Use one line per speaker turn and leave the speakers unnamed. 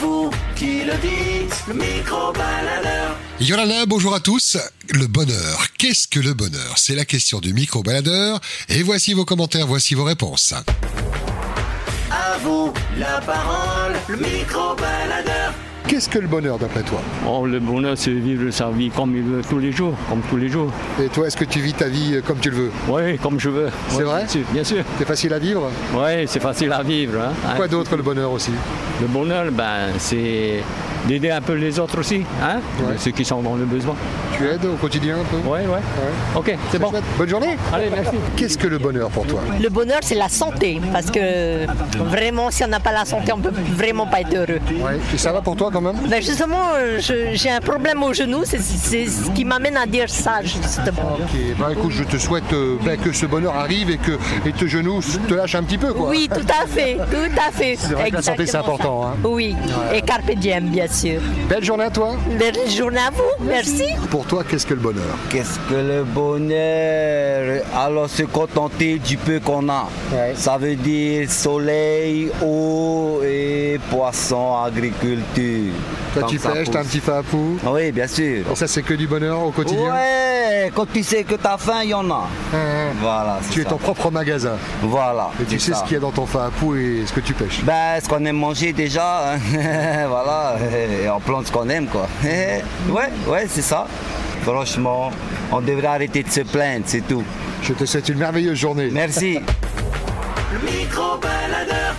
vous qui le dites, le micro-baladeur.
Yolanda, bonjour à tous. Le bonheur, qu'est-ce que le bonheur C'est la question du micro-baladeur. Et voici vos commentaires, voici vos réponses.
À vous la parole, le micro-baladeur.
Qu'est-ce que le bonheur d'après toi
Oh, le bonheur, c'est vivre sa vie comme il veut tous les jours, comme tous les jours.
Et toi, est-ce que tu vis ta vie euh, comme tu le veux
Oui, comme je veux.
C'est
Ouais,
vrai
Bien sûr, bien sûr.
C'est facile à vivre
Oui, c'est facile à vivre. hein.
Quoi
Hein.
d'autre le bonheur aussi
Le bonheur, ben, c'est d'aider un peu les autres aussi, hein,
Ouais.
ceux qui sont dans le besoin.
Tu aides au quotidien un peu
Oui, oui. Ok, c'est bon.
chouette. Bonne journée
Allez, merci.
Qu'est-ce que le bonheur pour toi
Le bonheur, c'est la santé, parce que vraiment, si on n'a pas la santé, on ne peut vraiment pas être heureux.
ouais. Et ça va pour toi quand même
Ben justement, euh, je- j'ai un problème au genou, c'est- c'est ce qui m'amène à dire ça, justement.
Ok, bah écoute, je te souhaite euh, bah, que ce bonheur arrive et que et tes genoux te lâchent un petit peu quoi.
Oui, tout à fait, tout à fait.
C'est vrai que la santé, c'est
Exactement
important,
ça.
hein.
Oui, et carpe diem, bien sûr.
Belle journée à toi
Belle journée à vous, merci.
Pour toi, qu'est-ce que le bonheur
Qu'est-ce que le bonheur Alors se contenter du peu qu'on a.
Ouais.
Ça veut dire soleil, eau et poisson, agriculture.
Toi
Quand
tu
ça
pêches,
pousse.
t'as un petit fapou.
Oui, bien sûr.
Et ça c'est que du bonheur au quotidien
Ouais, quand tu sais que t'as faim, il y en a.
Hein, hein.
Voilà. c'est
Tu es
ça.
ton propre magasin
Voilà.
et tu
c'est
sais
ça.
ce qu'il y a dans ton fapou et ce que tu pêches.
Ben, ce qu'on aime manger déjà, hein, voilà, et on plante ce qu'on aime, quoi. ouais, ouais, c'est ça. Franchement, on devrait arrêter de se plaindre, c'est tout.
Je te souhaite une merveilleuse journée.
Merci.
Le micro-baladeur.